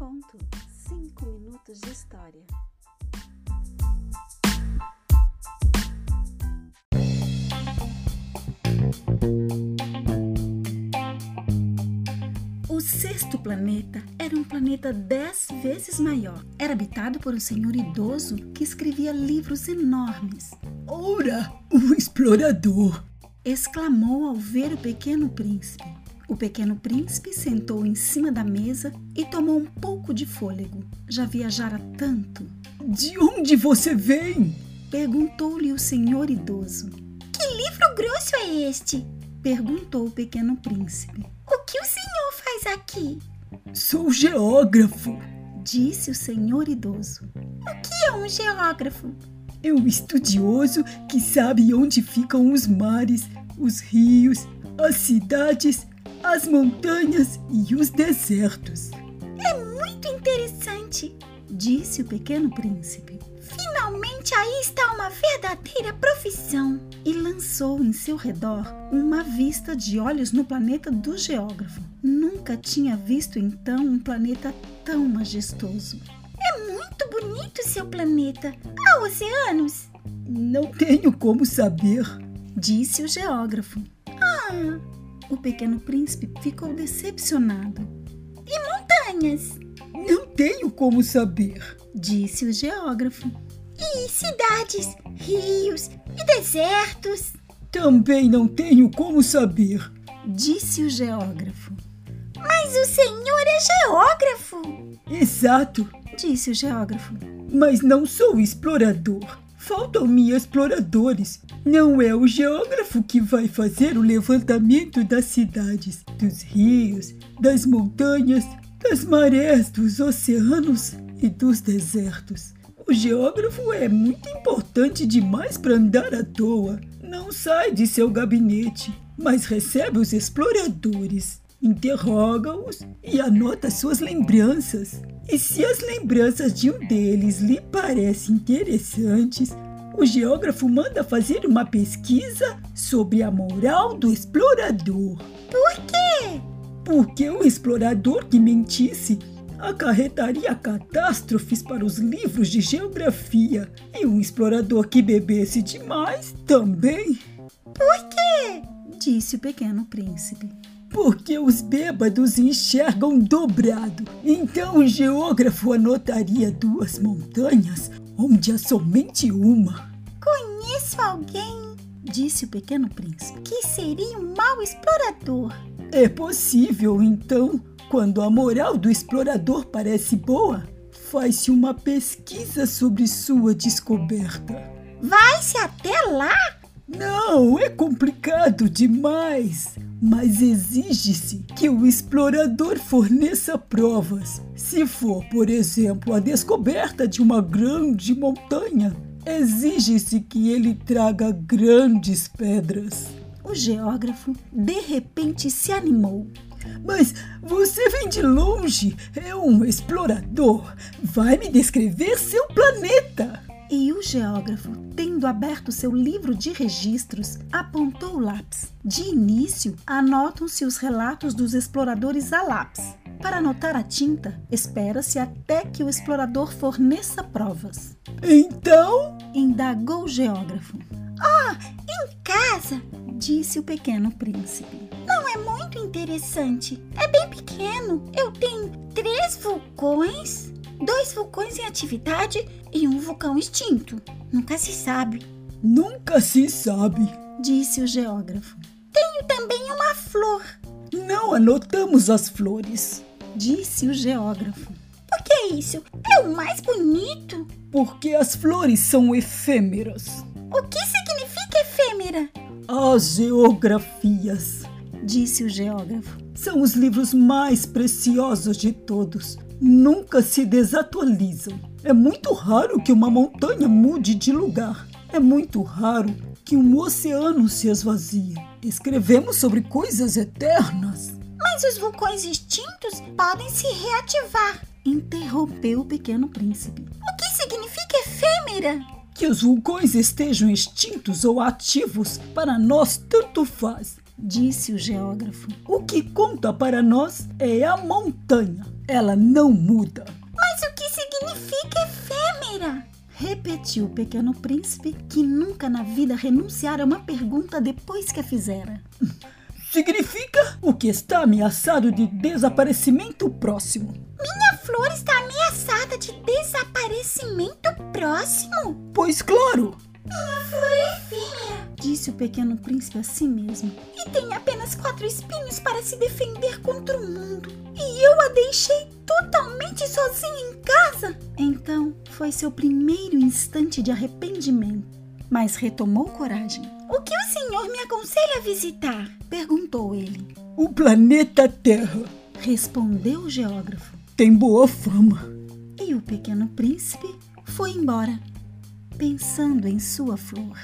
minuto, 5 minutos de história. O sexto planeta era um planeta dez vezes maior. Era habitado por um senhor idoso que escrevia livros enormes. Ora, o explorador! exclamou ao ver o pequeno príncipe. O pequeno príncipe sentou em cima da mesa e tomou um pouco de fôlego. Já viajara tanto. De onde você vem? Perguntou-lhe o senhor idoso. Que livro grosso é este? Perguntou o pequeno príncipe. O que o senhor faz aqui? Sou geógrafo, Disse o senhor idoso. O que é um geógrafo? é um estudioso que sabe onde ficam os mares, os rios, as cidades, as montanhas e os desertos. É muito interessante. Disse o pequeno príncipe. Finalmente aí está uma verdadeira profissão. e lançou em seu redor uma vista de olhos no planeta do geógrafo. Nunca tinha visto então um planeta tão majestoso. É muito bonito seu planeta. Há oceanos? Não tenho como saber. Disse o geógrafo. Ah, O pequeno príncipe ficou decepcionado. montanhas. Não tenho como saber. Disse o geógrafo. E cidades, rios e desertos. Também não tenho como saber. Disse o geógrafo. Mas o senhor é geógrafo. Exato, Disse o geógrafo. mas não sou explorador. Faltam-me exploradores. Não é o geógrafo que vai fazer o levantamento das cidades, dos rios, das montanhas, das marés, dos oceanos e dos desertos. O geógrafo é muito importante demais para andar à toa. Não sai de seu gabinete, mas recebe os exploradores, interroga-os e anota suas lembranças. E se as lembranças de um deles lhe parecem interessantes, o geógrafo manda fazer uma pesquisa sobre a moral do explorador. Por quê? Porque o explorador que mentisse acarretaria catástrofes para os livros de geografia. E um explorador que bebesse demais também. É, Disse o pequeno príncipe. Porque os bêbados enxergam dobrado. Então o geógrafo anotaria duas montanhas onde há somente uma. Conheço alguém Disse o pequeno príncipe. que seria um mau explorador. É possível, então, quando a moral do explorador parece boa, faz-se uma pesquisa sobre sua descoberta. Vai-se até lá? Não, é complicado demais, mas exige-se que o explorador forneça provas. Se for, por exemplo, a descoberta de uma grande montanha, exige-se que ele traga grandes pedras. O geógrafo de repente se animou. Mas você vem de longe, é um explorador. Vai me descrever seu planeta. E o geógrafo, tendo aberto seu livro de registros, apontou o lápis. De início, anotam-se os relatos dos exploradores a lápis. Para anotar a tinta, espera-se até que o explorador forneça provas. Então, Indagou o geógrafo, Oh, Em casa? disse o pequeno príncipe. Não é muito interessante. É bem pequeno. Eu tenho três vulcões, dois vulcões em atividade e um vulcão extinto. Nunca se sabe. nunca se sabe. Disse o geógrafo, Tenho também uma flor. Não anotamos as flores. disse o geógrafo, O que é isso? É o mais bonito. Porque as flores são efêmeras. O que significa efêmera? As geografias disse o geógrafo, são os livros mais preciosos de todos. Nunca se desatualizam. É muito raro que uma montanha mude de lugar. É muito raro que um oceano se esvazie. Escrevemos sobre coisas eternas. Mas os vulcões extintos podem se reativar. interrompeu o pequeno príncipe. O que significa efêmera? Que os vulcões estejam extintos ou ativos, para nós tanto faz. Disse o geógrafo, O que conta para nós é a montanha. Ela não muda. Repetiu o pequeno príncipe, que nunca na vida renunciara a uma pergunta depois que a fizera. Significa o que está ameaçado de desaparecimento próximo. A flor está ameaçada de desaparecimento próximo. Pois claro, Disse o pequeno príncipe a si mesmo. E tem apenas quatro espinhos para se defender contra o mundo. E eu a deixei totalmente sozinha em casa. Então foi seu primeiro instante de arrependimento, mas retomou coragem. O que o senhor me aconselha a visitar? Perguntou ele. o planeta Terra Respondeu o geógrafo. tem boa fama. E o pequeno príncipe foi embora, pensando em sua flor.